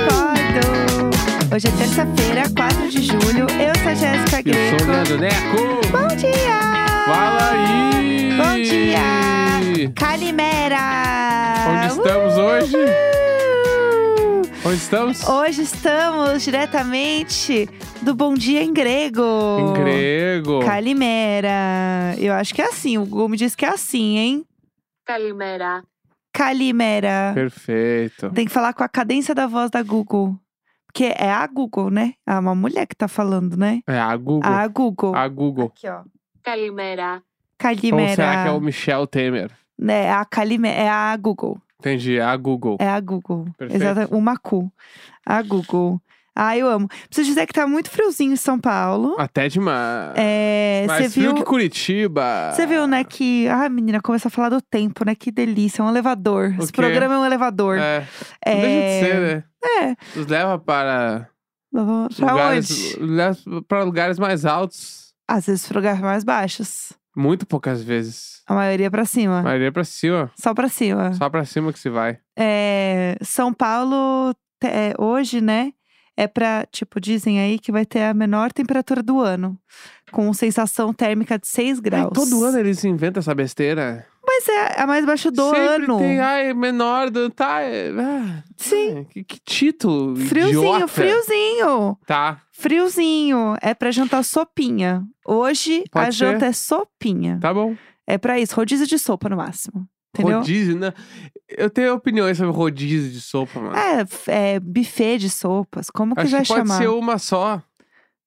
um Hoje é terça-feira, 4 de julho. Eu sou a Jéssica Eu Greco. sou o Leandro Neco. Bom dia! Fala aí! Bom dia! Ah, Calimera! Onde estamos hoje? Uhul! Onde estamos? Hoje estamos diretamente do Bom Dia em Grego. Em grego. Calimera. Eu acho que é assim, o Google me diz que é assim, hein? Calimera. Calimera. Perfeito. Tem que falar com a cadência da voz da Google. Porque é a Google, né? É uma mulher que tá falando, né? É a Google. A Google. A Google. Aqui, ó. Calimera. Calimera. Ou será que é o Michel Temer? É a Calimera. É a Google. Entendi, a Google. É a Google. Perfeito. Exata- Uma cu. A Google. Ah, eu amo. Preciso dizer que tá muito friozinho em São Paulo. Até demais. É, você Mais frio viu. que Curitiba. Você viu, né, que. Ah, menina, começa a falar do tempo, né? Que delícia. É um elevador. O Esse quê? programa é um elevador. É, não deixa de ser, né? É. Nos leva para Vamos pra lugares, onde? leva para lugares mais altos. Às vezes pra lugares mais baixos. Muito poucas vezes. A maioria pra cima. A maioria é pra cima. Só pra cima. Só pra cima que se vai. É, São Paulo, te- é, hoje, né? É pra, tipo, dizem aí que vai ter a menor temperatura do ano. Com sensação térmica de 6 graus. Ai, É, todo ano eles inventam essa besteira. Mas é a mais baixa do Sempre ano. Tem, ai, menor do. Tá. é, ah, Sim. é, que, que título. Friozinho, idiota. friozinho. Tá. Friozinho. É pra jantar sopinha. Hoje a Pode ser. janta é sopinha. Tá bom. É pra isso, rodízio de sopa no máximo. Entendeu? Rodízio, né? Eu tenho opiniões sobre rodízio de sopa, mano. É, f- é, buffet de sopas, como que Acho vai que pode chamar? ser uma só.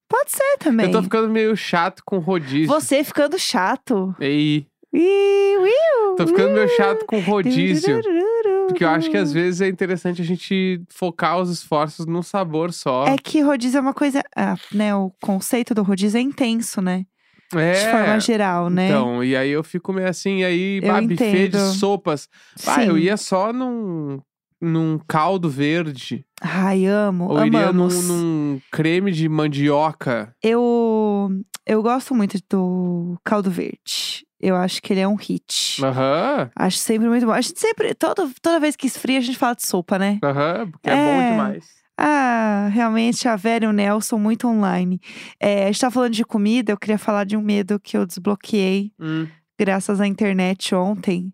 Pode ser também. Eu tô ficando meio chato com rodízio. Você ficando chato. Ei, Ih, uiu, tô ficando meio chato com rodízio. durururu. Porque eu acho que às vezes é interessante a gente focar os esforços num sabor só. É que rodízio é uma coisa. ah, né, o conceito do rodízio é intenso, né? De forma geral, né? É. Então, e aí eu fico meio assim, aí, Eu ah, buffet de entendo. sopas. Ah, eu Sim. ia só num, num caldo verde. Ai, amo. Ou iria num, amamos. num creme de mandioca. Eu, eu gosto muito do Caldo Verde. Eu acho que ele é um hit. Aham, Acho sempre muito bom. A gente sempre. Todo, toda vez que esfria, a gente fala de sopa, né? aham, porque é. bom É. demais. Ah, realmente a Vera e o Nelson muito online. É, a gente tá falando de comida, eu queria falar de um medo que eu desbloqueei Hum. graças à internet ontem,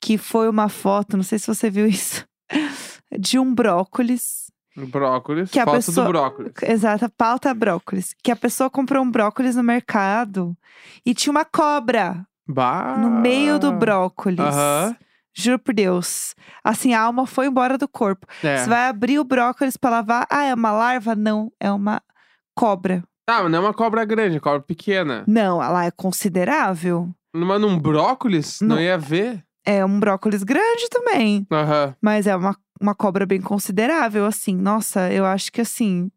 que foi uma foto, não sei se você viu isso, de um brócolis. Brócolis, Que a foto pessoa- do brócolis. Exata, pauta brócolis. Que a pessoa comprou um brócolis no mercado e tinha uma cobra Bah. no meio do brócolis. Ah. Aham, Juro por Deus. Assim, a alma foi embora do corpo. é. Você vai abrir o brócolis pra lavar. Ah, é uma larva? Não, é uma cobra. Tá, mas não é uma cobra grande, é cobra pequena. Não, ela é considerável. Mas num brócolis, não, Não. ia ver. É um brócolis grande também. Aham. Mas é uma, uma cobra bem considerável, assim. Nossa, eu acho que assim.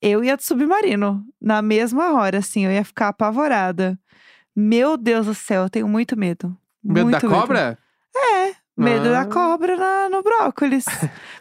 Eu ia de submarino na mesma hora, assim. Eu ia ficar apavorada. Meu Deus do céu, eu tenho muito medo. Medo da muito cobra? Medo da Ah. cobra na- no brócolis.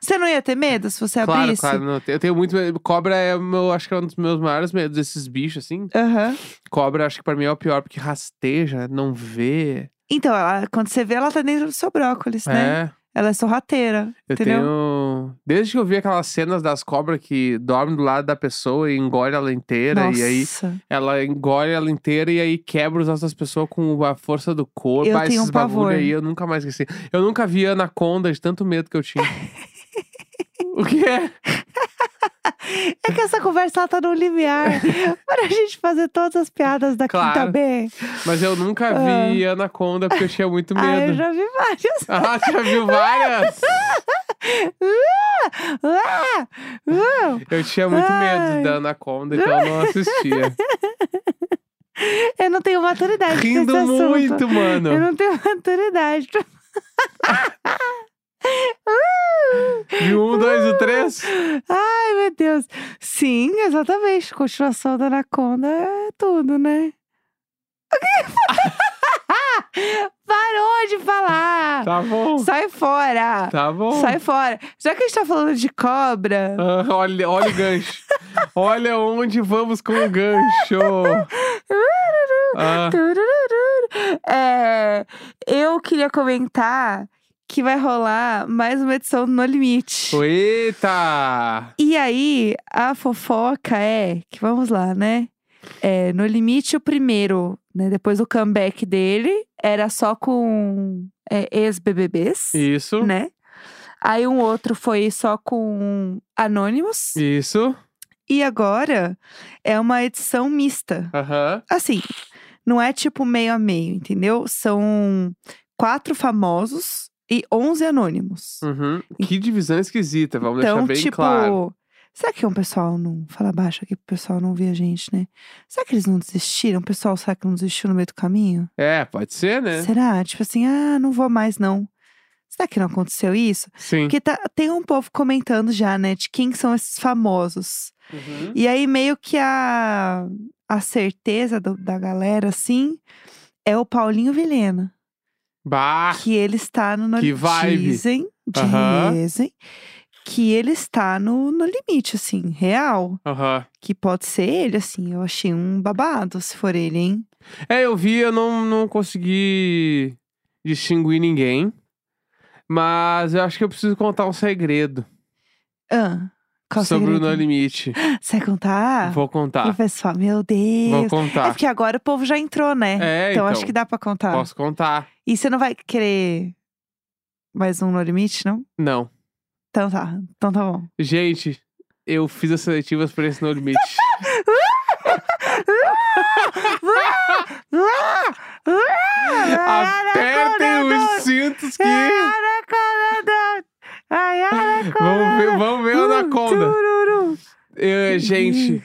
Você não ia ter medo se você Claro, abrisse? claro. Não. Eu tenho muito medo. Cobra é, o meu, acho que é um dos meus maiores medos, esses bichos, assim. Aham. Cobra, acho que pra mim é o pior, porque rasteja, não vê. Então, ela- quando você vê, ela tá dentro do seu brócolis, né? É. Ela é sorrateira. Eu entendeu? tenho. Desde que eu vi aquelas cenas das cobras que dormem do lado da pessoa e engole ela inteira, e aí Nossa. ela engole ela inteira e aí quebra os ossos das pessoas com a força do corpo. Eu Ah, tenho esses um bagulho pavor. aí eu nunca mais esqueci. Eu nunca vi anaconda de tanto medo que eu tinha. o quê? É que essa conversa ela tá no limiar para a gente fazer todas as piadas da Claro. quinta B. Mas eu nunca vi anaconda porque eu tinha muito medo. Ah, eu já vi várias. Ah, já viu várias? Ah, ah. Eu tinha muito Ai. medo da Anaconda, então eu não assistia. Eu não tenho maturidade pra Rindo esse assunto. muito, Eu mano. não tenho maturidade. pra- De um, dois e três. Ai, meu Deus. Sim, exatamente. Continuação da Anaconda é tudo, né? O que foi? Parou de falar. Tá bom. Sai fora. Tá bom. Sai fora. Já que a gente tá falando de cobra, Ah, olha, olha o gancho. Olha onde vamos com o gancho. Ah, Turururu. É, eu queria comentar que vai rolar mais uma edição do No Limite. Eita! E aí, a fofoca é que vamos lá, né? É, no limite, o primeiro, né? Depois do comeback dele, era só com é, ex-BBBs, Isso. né? Aí um outro foi só com anônimos. Isso. E agora é uma edição mista. Aham. Assim, não é tipo meio a meio, entendeu? São quatro famosos e 11 anônimos. Uhum. Que divisão esquisita, vamos Então, deixar bem tipo, claro. será que um pessoal não. Fala baixo aqui pro pessoal não ver a gente, né? Será que eles não desistiram? O pessoal será que não desistiu no meio do caminho? É, pode ser, né? Será? Tipo assim, ah, não vou mais não. Será que não aconteceu isso? Sim. Porque tá, tem um povo comentando já, né, de quem que são esses famosos. Uhum. E aí, meio que a, a certeza do- da galera, assim, é o Paulinho Vilhena. Bah! Que ele está no, no Ah. Que vibe. Dizem, Aham. dizem que ele está no, no limite, assim, real. Aham. Que pode ser ele, assim. Eu achei um babado se for ele, hein? É, eu vi, eu não, não consegui distinguir ninguém. Mas eu acho que eu preciso contar um segredo Ah, qual sobre segredo? Ah, o No Limite. Você vai contar? Vou Pro contar. pessoal, meu Deus. Vou É contar. porque agora o povo já entrou, né? É, então, então. acho que dá pra contar. Posso contar? E você não vai querer mais um no limite, não? Não. Então tá. Então tá bom. Gente, eu fiz as seletivas pra esse No Limite. Apertem os cintos que. Vamos ver, vamos ver a Hum, Anaconda. Eu, é, gente,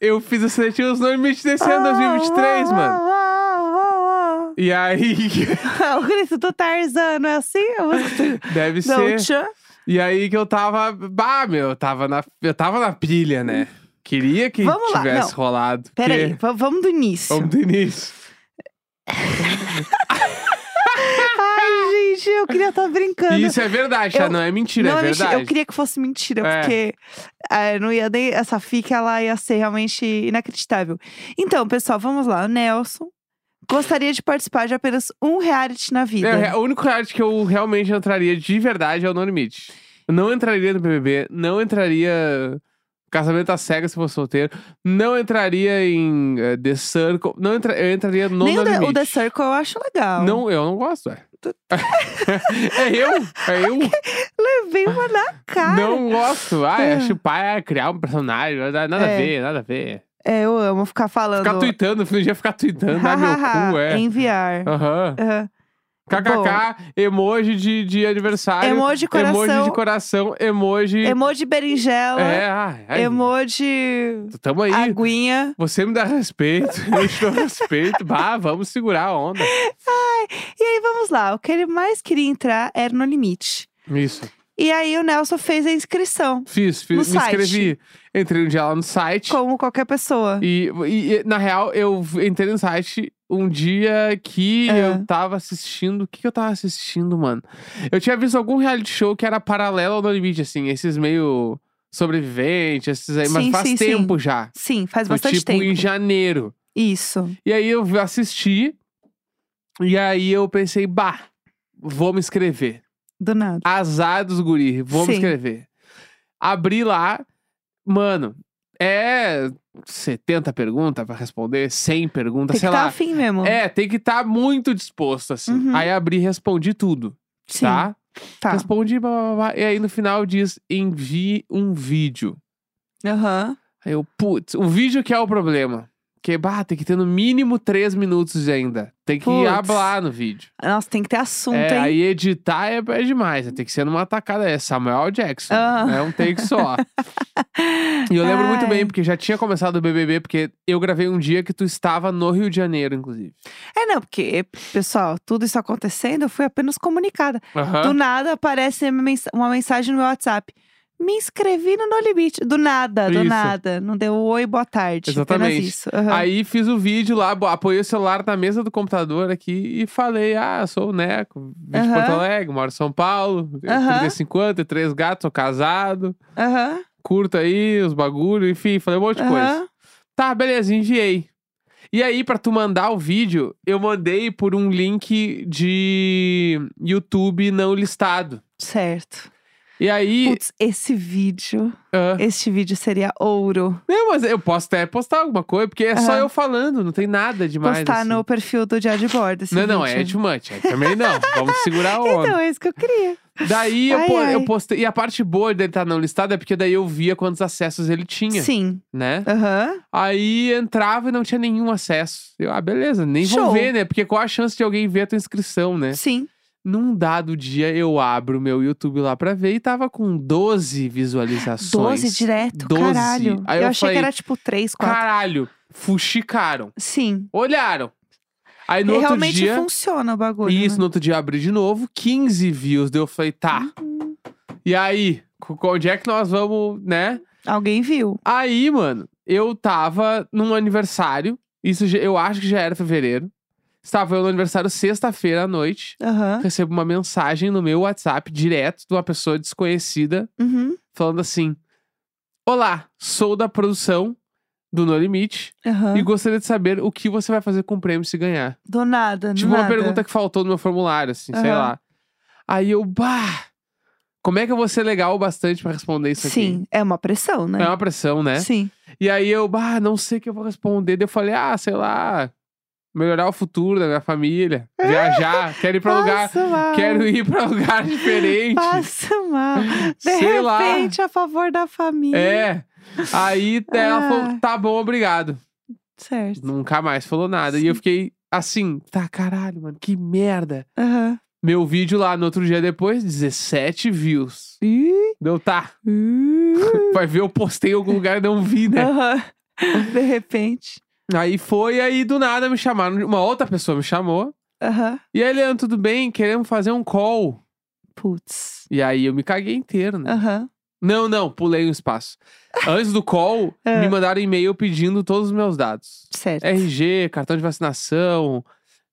eu fiz as seletivas No Limite desse ano Ah! 2023, mano. mano. E aí. ah, o grito do Tarzan, não é assim? A música Deve do- ser. do Tchan. E aí que eu tava. Bah, meu, eu tava na, eu tava na pilha, né? Queria que Vamos lá, tivesse não. rolado. Peraí, porque- va- vamos do início. Vamos do início. Ai, gente, eu queria estar brincando. E isso é verdade, tá? Eu- Não é mentira, não, é é mentira. verdade. Eu queria que fosse mentira, É. porque ah, não ia nem, essa fica ela ia ser realmente inacreditável. Então, pessoal, vamos lá. O Nelson gostaria de participar de apenas um reality na vida. É, o único reality que eu realmente entraria de verdade é o No Limite. Eu não entraria no BBB, não entraria. Casamento às cegas se fosse solteiro. Não entraria em eh, The Circle. Não entra... Eu entraria no nem No o, The, Limite. o The Circle eu acho legal. Não, eu não gosto, é. é eu, é eu. Levei uma na cara. Não gosto. Ah, É. é chupar, é criar um personagem. Nada, nada É. a ver, nada a ver. É, eu amo ficar falando. Ficar tweetando, no fim do dia ficar tweetando. ah, meu Hahaha, cu, é. Enviar. Aham. Aham. KKK, emoji de, de aniversário. Emoji coração. Emoji de coração, emoji. Emoji berinjela. É, ai, ai, Emoji Tamo aí. aguinha. Você me dá respeito, eu te dou respeito. Bah, vamos segurar a onda. E aí, vamos lá. O que ele mais queria entrar era no limite. Isso. E aí o Nelson fez a inscrição, Fiz, fiz. No me site. inscrevi. Entrei um dia lá no site. como qualquer pessoa. E, e- e, na real, eu entrei no site um dia que É. eu tava assistindo. O que, que eu tava assistindo, mano? Eu tinha visto algum reality show que era paralelo ao No Limite, assim, esses meio sobreviventes, esses aí, mas Sim, faz sim, sim. tempo já. Sim, faz Foi bastante tipo tempo. em janeiro. Isso. E aí eu assisti, e aí eu pensei, bah, vou me inscrever. Do nada. Azar dos guri, vou me Sim. inscrever. Abri lá, mano, é 70 perguntas pra responder, 100 perguntas, Tem que sei estar lá. afim mesmo. É, tem que estar muito disposto, assim. Uhum. Aí abri e respondi tudo, Sim, tá? tá. Respondi, blá, blá, blá, blá, e aí no final diz, envie um vídeo. Aham. Aí eu, putz, o vídeo que é o problema. Porque, bah, tem que ter no mínimo 3 minutos ainda. Tem que Putz. hablar no vídeo. Nossa, tem que ter assunto, É, hein? aí editar é, é demais, né? tem que ser numa tacada. É Samuel Jackson, Ah. é um take só. E eu lembro muito Ai. bem, porque já tinha começado o BBB, porque eu gravei um dia que tu estava no Rio de Janeiro, inclusive. É, não, porque, pessoal, tudo isso acontecendo, eu fui apenas comunicada. Do Aham. nada aparece uma mens- uma mensagem no meu WhatsApp. Me inscrevi no No Limite. Do nada, do Isso. nada. Não deu oi, boa tarde. Apenas Exatamente. isso. Aham. Aí fiz o vídeo lá, bo- apoiei o celular na mesa do computador aqui e falei: Ah, sou o Neco, vim de Aham. Porto Alegre, moro em São Paulo, tenho Aham. 35 anos, tenho três gatos, sou casado, Aham. curto aí os bagulho, enfim, falei um monte de coisa. aham. Tá, beleza, enviei. E aí, pra tu mandar o vídeo, eu mandei por um link de YouTube não listado. Certo. E aí. Putz, esse vídeo. ah, Este vídeo seria ouro. não, mas eu posso até postar alguma coisa, porque é só Aham. eu falando, não tem nada demais. Postar assim. no perfil do Diário de Bordo. esse Não, não, vídeo. é too much. Aí também não. Vamos segurar o onda. Então, é isso que eu queria. Daí eu, Ai, po- ai. eu postei. E a parte boa dele estar não listado é porque daí eu via quantos acessos ele tinha, Sim. né? Aham. Aí entrava e não tinha nenhum acesso. Eu, ah, beleza, nem vou Show. ver, né? Porque qual a chance de alguém ver a tua inscrição, né? Sim. Num dado dia eu abro o meu YouTube lá pra ver e tava com 12 visualizações. 12 direto. 12. Caralho. Aí eu, eu achei falei, que era tipo 3, 4. Caralho, fuxicaram. Sim. Olharam. Aí no E outro realmente dia. funciona o bagulho. Isso, né? no outro dia abri de novo, 15 views. Daí eu falei, tá. Uhum. E aí? Co- co- Onde é que nós vamos, né? Alguém viu. Aí, mano, eu tava num aniversário. Isso já- eu acho que já era fevereiro. Estava eu no aniversário sexta-feira à noite. Aham. Recebo uma mensagem no meu WhatsApp direto de uma pessoa desconhecida Uhum. falando assim: Olá, sou da produção do No Limite Aham. e gostaria de saber o que você vai fazer com o prêmio se ganhar. Do nada, Tipo, nada. uma pergunta que faltou no meu formulário, assim, sei Aham. lá. Aí eu, bah! Como é que eu vou ser legal o bastante pra responder isso Sim, é uma pressão, aqui? É né? uma pressão, né? Sim. E aí eu, bah, não sei o que eu vou responder. Daí eu falei, ah, sei lá, melhorar o futuro da minha família, É. viajar, quero ir Tipo, pra lugar, Passa mal. quero ir pra lugar diferente. Passa mal. De Sei lá. repente, a favor da família. É. Aí ela Ah. falou, tá bom, obrigado. Certo. Nunca mais falou nada. E eu fiquei assim, tá, caralho, mano, que merda. Aham. Meu vídeo lá no outro dia depois, 17 views. Ih, Deu, tá. ih. Vai ver, eu postei em algum lugar e não vi, né? Aham. De repente. Aí foi, aí do nada me chamaram. Uma outra pessoa me chamou. Aham. E aí, Leandro, tudo bem? Queremos fazer um call. Putz. E aí eu me caguei inteiro, né? Aham. Não, não, pulei um espaço. Antes do call, É. me mandaram e-mail pedindo todos os meus dados. Certo. RG, cartão de vacinação,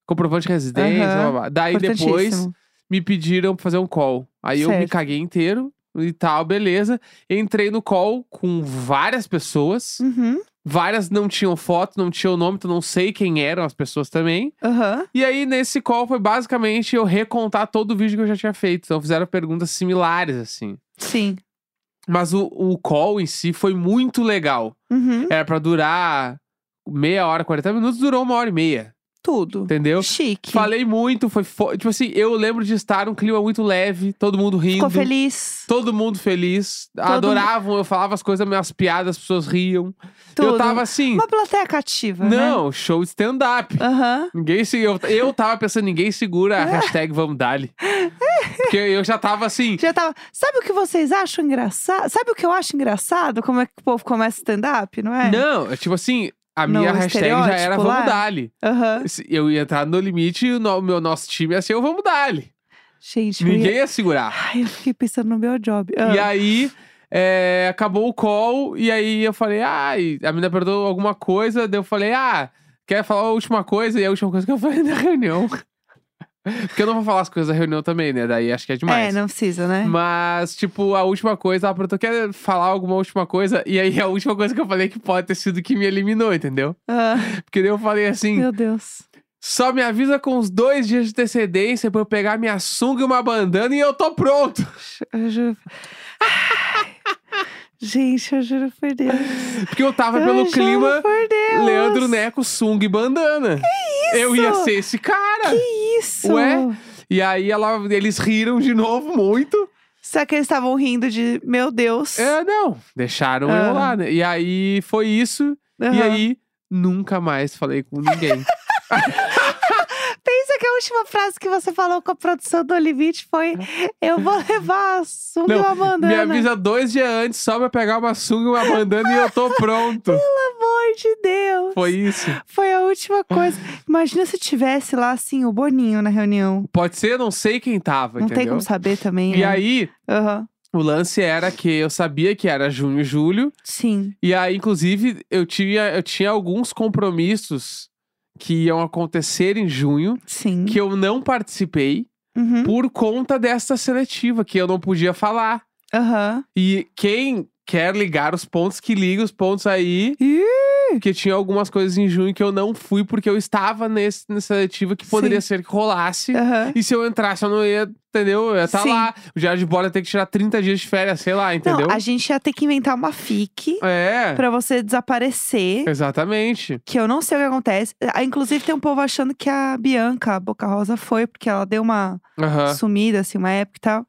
comprovante de residência, Aham. blá, blá, blá. Daí depois Importantíssimo. me pediram pra fazer um call. Aí eu me Certo. caguei inteiro e tal, beleza. Entrei no call com várias pessoas. Uhum. Várias não tinham foto, não tinham nome, tu não sei quem eram as pessoas também. Aham. E aí, nesse call, foi basicamente eu recontar todo o vídeo que eu já tinha feito. Então, fizeram perguntas similares, assim. Sim. Mas o, o call em si foi muito legal. Uhum. Era pra durar meia hora, 40 minutos, durou uma hora e meia, Tudo. entendeu? Chique. Falei muito, foi. fo- Tipo assim, eu lembro de estar um clima muito leve, todo mundo rindo. Ficou feliz. Todo mundo feliz. mundo- Adoravam, eu falava as coisas, minhas piadas, as pessoas riam. Tudo. Eu tava assim. Uma plateia cativa, né? Não, show de stand-up. Aham. Ninguém se, eu, eu tava pensando, ninguém segura É. a hashtag vamos dali. Porque eu já tava assim. Já tava. Sabe o que vocês acham engraçado? Sabe o que eu acho engraçado? Como é que o povo começa stand-up, não é? Não, é tipo assim, a minha No hashtag já era estereótipo vamos lá? dali. Aham. Se Eu ia entrar no limite e o no- meu nosso time ia ser o vamos dali. Gente, eu Ninguém ia- ia segurar. Ai, eu fiquei pensando no meu job. E Ah, aí. é, acabou o call, e aí eu falei, ah, e a menina perguntou alguma coisa, daí eu falei, ah, quer falar a última coisa? E a última coisa que eu falei na reunião. Porque eu não vou falar as coisas da reunião também, né? Daí acho que é demais. é, não precisa, né? Mas, tipo, a última coisa, ela perguntou, quer falar alguma última coisa? E aí a última coisa que eu falei é que pode ter sido que me eliminou, entendeu? Ah, Porque daí eu falei assim, meu Deus. só me avisa com uns dois dias de antecedência pra eu pegar minha sunga e uma bandana e eu tô pronto. Eu juro. Ai, Gente, eu juro por Deus. Porque eu tava eu pelo juro clima, por Deus. Leandro Neco, sunga e bandana. Que Eu ia ser esse cara. Que isso? Ué? E aí ela, eles riram de novo muito. Será que eles estavam rindo de meu Deus? É, não, deixaram eu Ah. lá, né? E aí foi isso. E Aham. aí, nunca mais falei com ninguém. Pensa que a última frase que você falou com a produção do Olivite foi: Eu vou levar a sunga e Não, uma Me bandana. avisa dois dias antes, só pra pegar uma sunga e uma bandana e eu tô pronto. Pelo amor de Deus. Foi isso. Foi a última coisa. Imagina se tivesse lá, assim, o Boninho na reunião. Pode ser, não sei quem tava, Não tem entendeu? como saber também. e né? aí, Aham. o lance era que eu sabia que era junho e julho. Sim. E aí, inclusive, eu tinha, eu tinha alguns compromissos que iam acontecer em junho, Sim. que eu não participei Uhum. por conta desta seletiva, que eu não podia falar. Aham. E quem quer ligar os pontos, que liga os pontos aí. Ih, foi? Porque tinha algumas coisas em junho que eu não fui porque eu estava nesse, nessa seletiva que poderia ser que rolasse. Aham. E se eu entrasse, eu não ia, entendeu? Eu ia estar Sim. lá. O Diário de Bola ia ter que tirar 30 dias de férias, sei lá, entendeu? Não, a gente ia ter que inventar uma fic É, pra você desaparecer. exatamente. Que eu não sei o que acontece. Ah, Inclusive, tem um povo achando que a Bianca, a Boca Rosa, foi, porque ela deu uma Aham. sumida, assim, uma época e tal.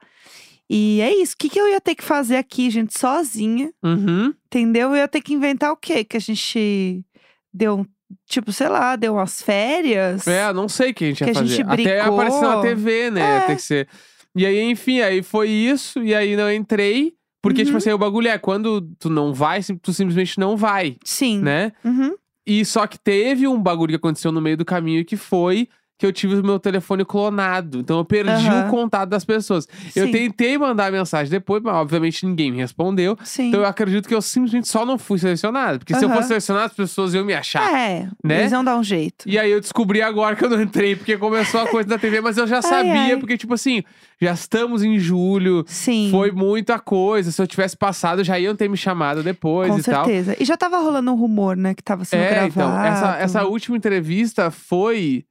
E é isso. O que, que eu ia ter que fazer aqui, gente, sozinha? Uhum. Entendeu? Eu ia ter que inventar o quê? Que a gente deu um. Tipo, sei lá, deu umas férias. É, não sei o que a gente Que ia a fazer. gente Até brincou. aparecer na TV, né? Ia É. Ter que ser. E aí, enfim, aí foi isso. E aí não entrei. Porque, tipo Uhum. assim, o bagulho é quando tu não vai, sim- tu simplesmente não vai, Sim. né? Uhum. E só que teve um bagulho que aconteceu no meio do caminho que foi que eu tive o meu telefone clonado. Então eu perdi Aham. o contato das pessoas. Eu Sim. tentei mandar mensagem depois, mas obviamente ninguém me respondeu. Sim. Então eu acredito que eu simplesmente só não fui selecionado. Porque se eu Aham. fosse selecionado, as pessoas iam me achar. É, né? eles vão dar um jeito. E aí eu descobri agora que eu não entrei, porque começou a coisa da TV, mas eu já sabia, ai. porque, tipo assim, já estamos em julho, Sim. foi muita coisa. Se eu tivesse passado, já iam ter me chamado depois com e tal. certeza. E já tava rolando um rumor, né? Que tava sendo É, gravado. então, essa, essa última entrevista foi.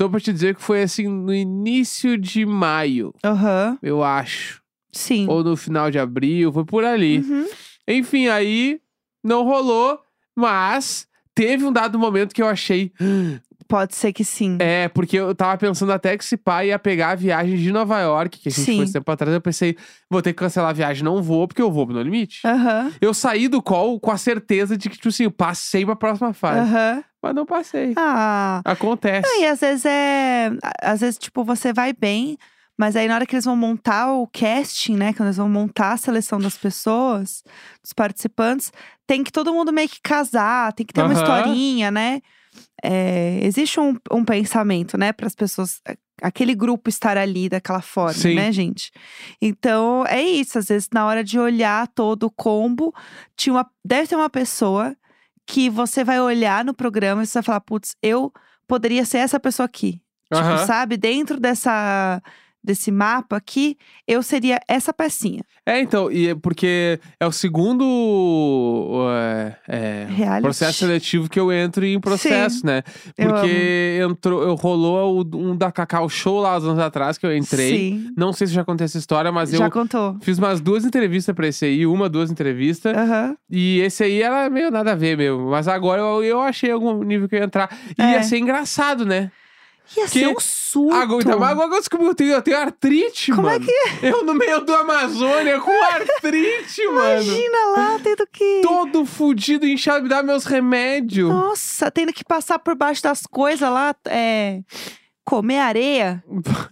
Tô pra te dizer que foi assim, no início de maio, Aham, eu acho. sim. Ou no final de abril, foi por ali. Uhum. Enfim, aí não rolou, mas teve um dado momento que eu achei. Uhum. Pode ser que sim. É, porque eu tava pensando até que esse pai ia pegar a viagem de Nova York, que a gente Sim. foi esse tempo atrás. Eu pensei, vou ter que cancelar a viagem, não vou, porque eu vou pro No Limite. Aham, Eu saí do call com a certeza de que, tipo assim, eu passei pra próxima fase. aham. Mas não passei. Ah. Acontece. Não, e às vezes é. a- Às vezes, tipo, você vai bem, mas aí na hora que eles vão montar o casting, né? Quando eles vão montar a seleção das pessoas, dos participantes, tem que todo mundo meio que casar, tem que ter uma Aham. historinha, né? É, existe um, um pensamento, né, para as pessoas. a- Aquele grupo estar ali daquela forma, Sim. né, gente? Então, é isso. Às vezes, na hora de olhar todo o combo, tinha uma, deve ter uma pessoa que você vai olhar no programa e você vai falar: putz, eu poderia ser essa pessoa aqui. Aham. Tipo, sabe? Dentro dessa, desse mapa aqui, eu seria essa pecinha. É, então, e é porque é o segundo é, é, Reality. processo seletivo que eu entro em processo, né? Eu Porque entrou, eu rolou o- um da Cacau Show lá uns anos atrás que eu entrei. Sim. Não sei se já aconteceu essa história, mas Já eu contou. Fiz umas duas entrevistas pra esse aí, uma, duas entrevistas. Aham. E esse aí era meio nada a ver mesmo. Mas agora eu, eu achei algum nível que eu ia entrar. E É. ia ser engraçado, né? Ia Que- ser um surto. Agora, então, ainda mais agora que eu descobri que eu tenho, eu tenho artrite, Como é mano. Eu no meio do Amazônia com artrite, mano. Imagina lá, tendo que. Todo fudido, inchado, me dá meus remédios. Nossa, tendo que passar por baixo das coisas lá, é. Comer areia.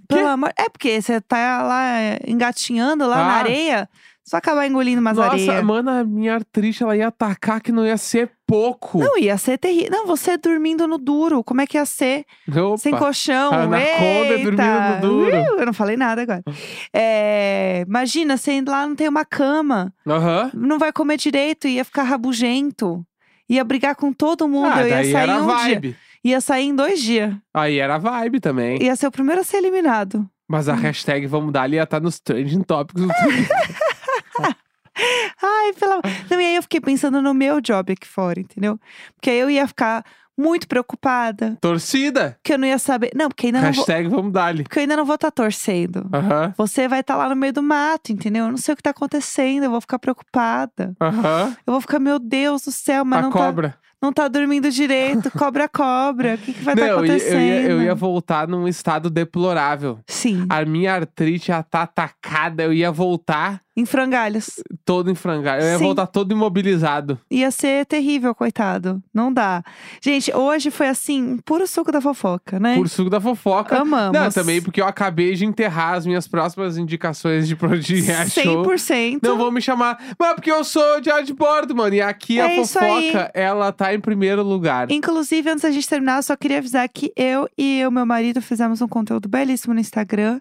Pelo amor... É porque você tá lá é, engatinhando lá na Ah. areia, só acabar engolindo umas Nossa, areia. mano, a minha artrite, ela ia atacar que não ia ser pouco. Não, ia ser terrível. Não, você dormindo no duro, como é que ia ser? Opa. Sem colchão. Anaconda Eita. dormindo no duro. Ah. Uh, eu não falei nada agora. É, imagina, você lá não tem uma cama, Aham. não vai comer direito, ia ficar rabugento. Ia brigar com todo mundo, Ah, eu ia daí sair era um dia. vibe. Ia sair em dois dias. Aí era vibe também. Ia ser o primeiro a ser eliminado. Mas a hashtag vamos dar ali ia estar nos trending topics. do Twitter. Ai, pela. Não, e aí eu fiquei pensando no meu job aqui fora, entendeu? Porque aí eu ia ficar muito preocupada, Torcida! que eu não ia saber. Não, porque ainda não vou. hashtag vamos dar ali. Porque eu ainda não vou estar torcendo. Aham, Você vai estar lá no meio do mato, entendeu? Eu não sei o que tá acontecendo, eu vou ficar preocupada. aham. Eu vou ficar, meu Deus do céu, mas A não tá, cobra. não tá dormindo direito. Cobra, cobra. O que, que vai estar Não, eu ia- eu, acontecendo? ia, eu ia voltar num estado deplorável. Sim, A minha artrite ia tá atacada, eu ia voltar em frangalhos. todo em frangalho. Eu ia Sim. voltar todo imobilizado. Ia ser terrível, coitado. Não dá. Gente, hoje foi assim, um puro suco da fofoca, né? Por suco da fofoca. Amamos. Não, também porque eu acabei de enterrar as minhas próximas indicações de pro- de reality show. 100%. Não vão me chamar. Mas porque eu sou de de bordo, mano. E aqui É a isso aí. fofoca, ela tá em primeiro lugar. Inclusive, antes da gente terminar, eu só queria avisar que eu e o meu marido fizemos um conteúdo belíssimo no Instagram,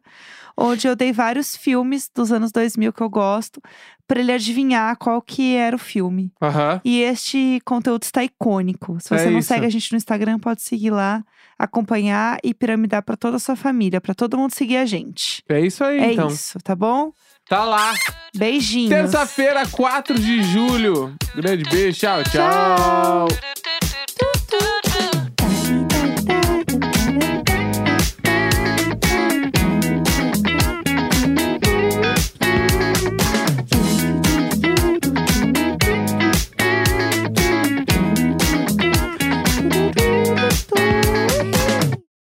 onde eu dei vários filmes dos anos 2000 que eu gosto, pra ele adivinhar qual que era o filme. Aham. E este conteúdo está icônico. Se você É não isso. segue a gente no Instagram, pode seguir lá, acompanhar e piramidar pra toda a sua família, pra todo mundo seguir a gente. É isso aí, É então. isso, tá bom? Tá lá. Beijinhos. Terça-feira, 4 de julho. Grande beijo. Tchau, tchau. Tchau.